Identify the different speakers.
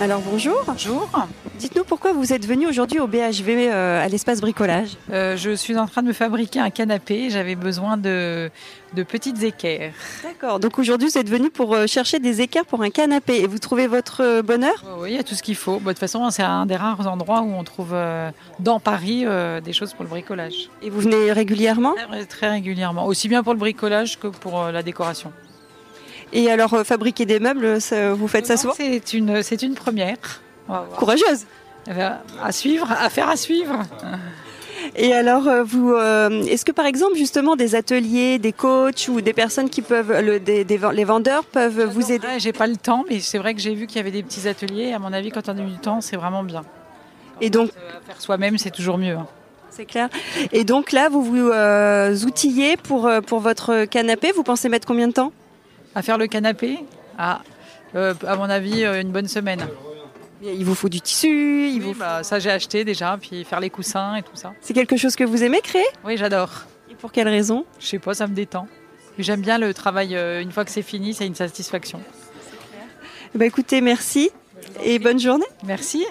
Speaker 1: Alors bonjour.
Speaker 2: Bonjour.
Speaker 1: Dites-nous pourquoi vous êtes venu aujourd'hui au BHV euh, à l'espace bricolage.
Speaker 2: Euh, je suis en train de me fabriquer un canapé. J'avais besoin de, de petites équerres.
Speaker 1: D'accord. Donc aujourd'hui, vous êtes venu pour euh, chercher des équerres pour un canapé et vous trouvez votre euh, bonheur
Speaker 2: Oh, Oui, il y a tout ce qu'il faut. Bah, De toute façon, c'est un des rares endroits où on trouve euh, dans Paris euh, des choses pour le bricolage.
Speaker 1: et vous venez régulièrement.
Speaker 2: Très, très régulièrement. Aussi bien pour le bricolage que pour euh, la décoration.
Speaker 1: Et alors euh, fabriquer des meubles, ça, vous faites ça
Speaker 2: Non,
Speaker 1: souvent
Speaker 2: C'est une, c'est une première. On va voir.
Speaker 1: Courageuse.
Speaker 2: Eh ben, À suivre, à faire à suivre.
Speaker 1: Et alors euh, vous, euh, est-ce que par exemple justement des ateliers, des coachs ou des personnes qui peuvent, le- des- des ven- les vendeurs peuvent Euh, vous aider
Speaker 2: Ouais, J'ai pas le temps, mais c'est vrai que j'ai vu qu'il y avait des petits ateliers. À mon avis, quand on a du temps, c'est vraiment bien.
Speaker 1: Et donc
Speaker 2: Euh, Faire soi-même, c'est toujours mieux. hein.
Speaker 1: c'est clair. Et donc là, vous vous euh, outillez pour euh, pour votre canapé. Vous pensez mettre combien de temps
Speaker 2: À faire le canapé Ah, euh, à mon avis, euh, une bonne semaine.
Speaker 1: Il vous faut du tissu. Il
Speaker 2: Oui,
Speaker 1: vous...
Speaker 2: bah, ça, j'ai acheté déjà, puis faire les coussins et tout ça.
Speaker 1: C'est quelque chose que vous aimez créer
Speaker 2: Oui, j'adore.
Speaker 1: Et pour quelle raison
Speaker 2: Je sais pas, ça me détend. Puis J'aime bien le travail, euh, une fois que c'est fini, c'est une satisfaction.
Speaker 1: Eh ben, écoutez, merci et bonne journée.
Speaker 2: Merci.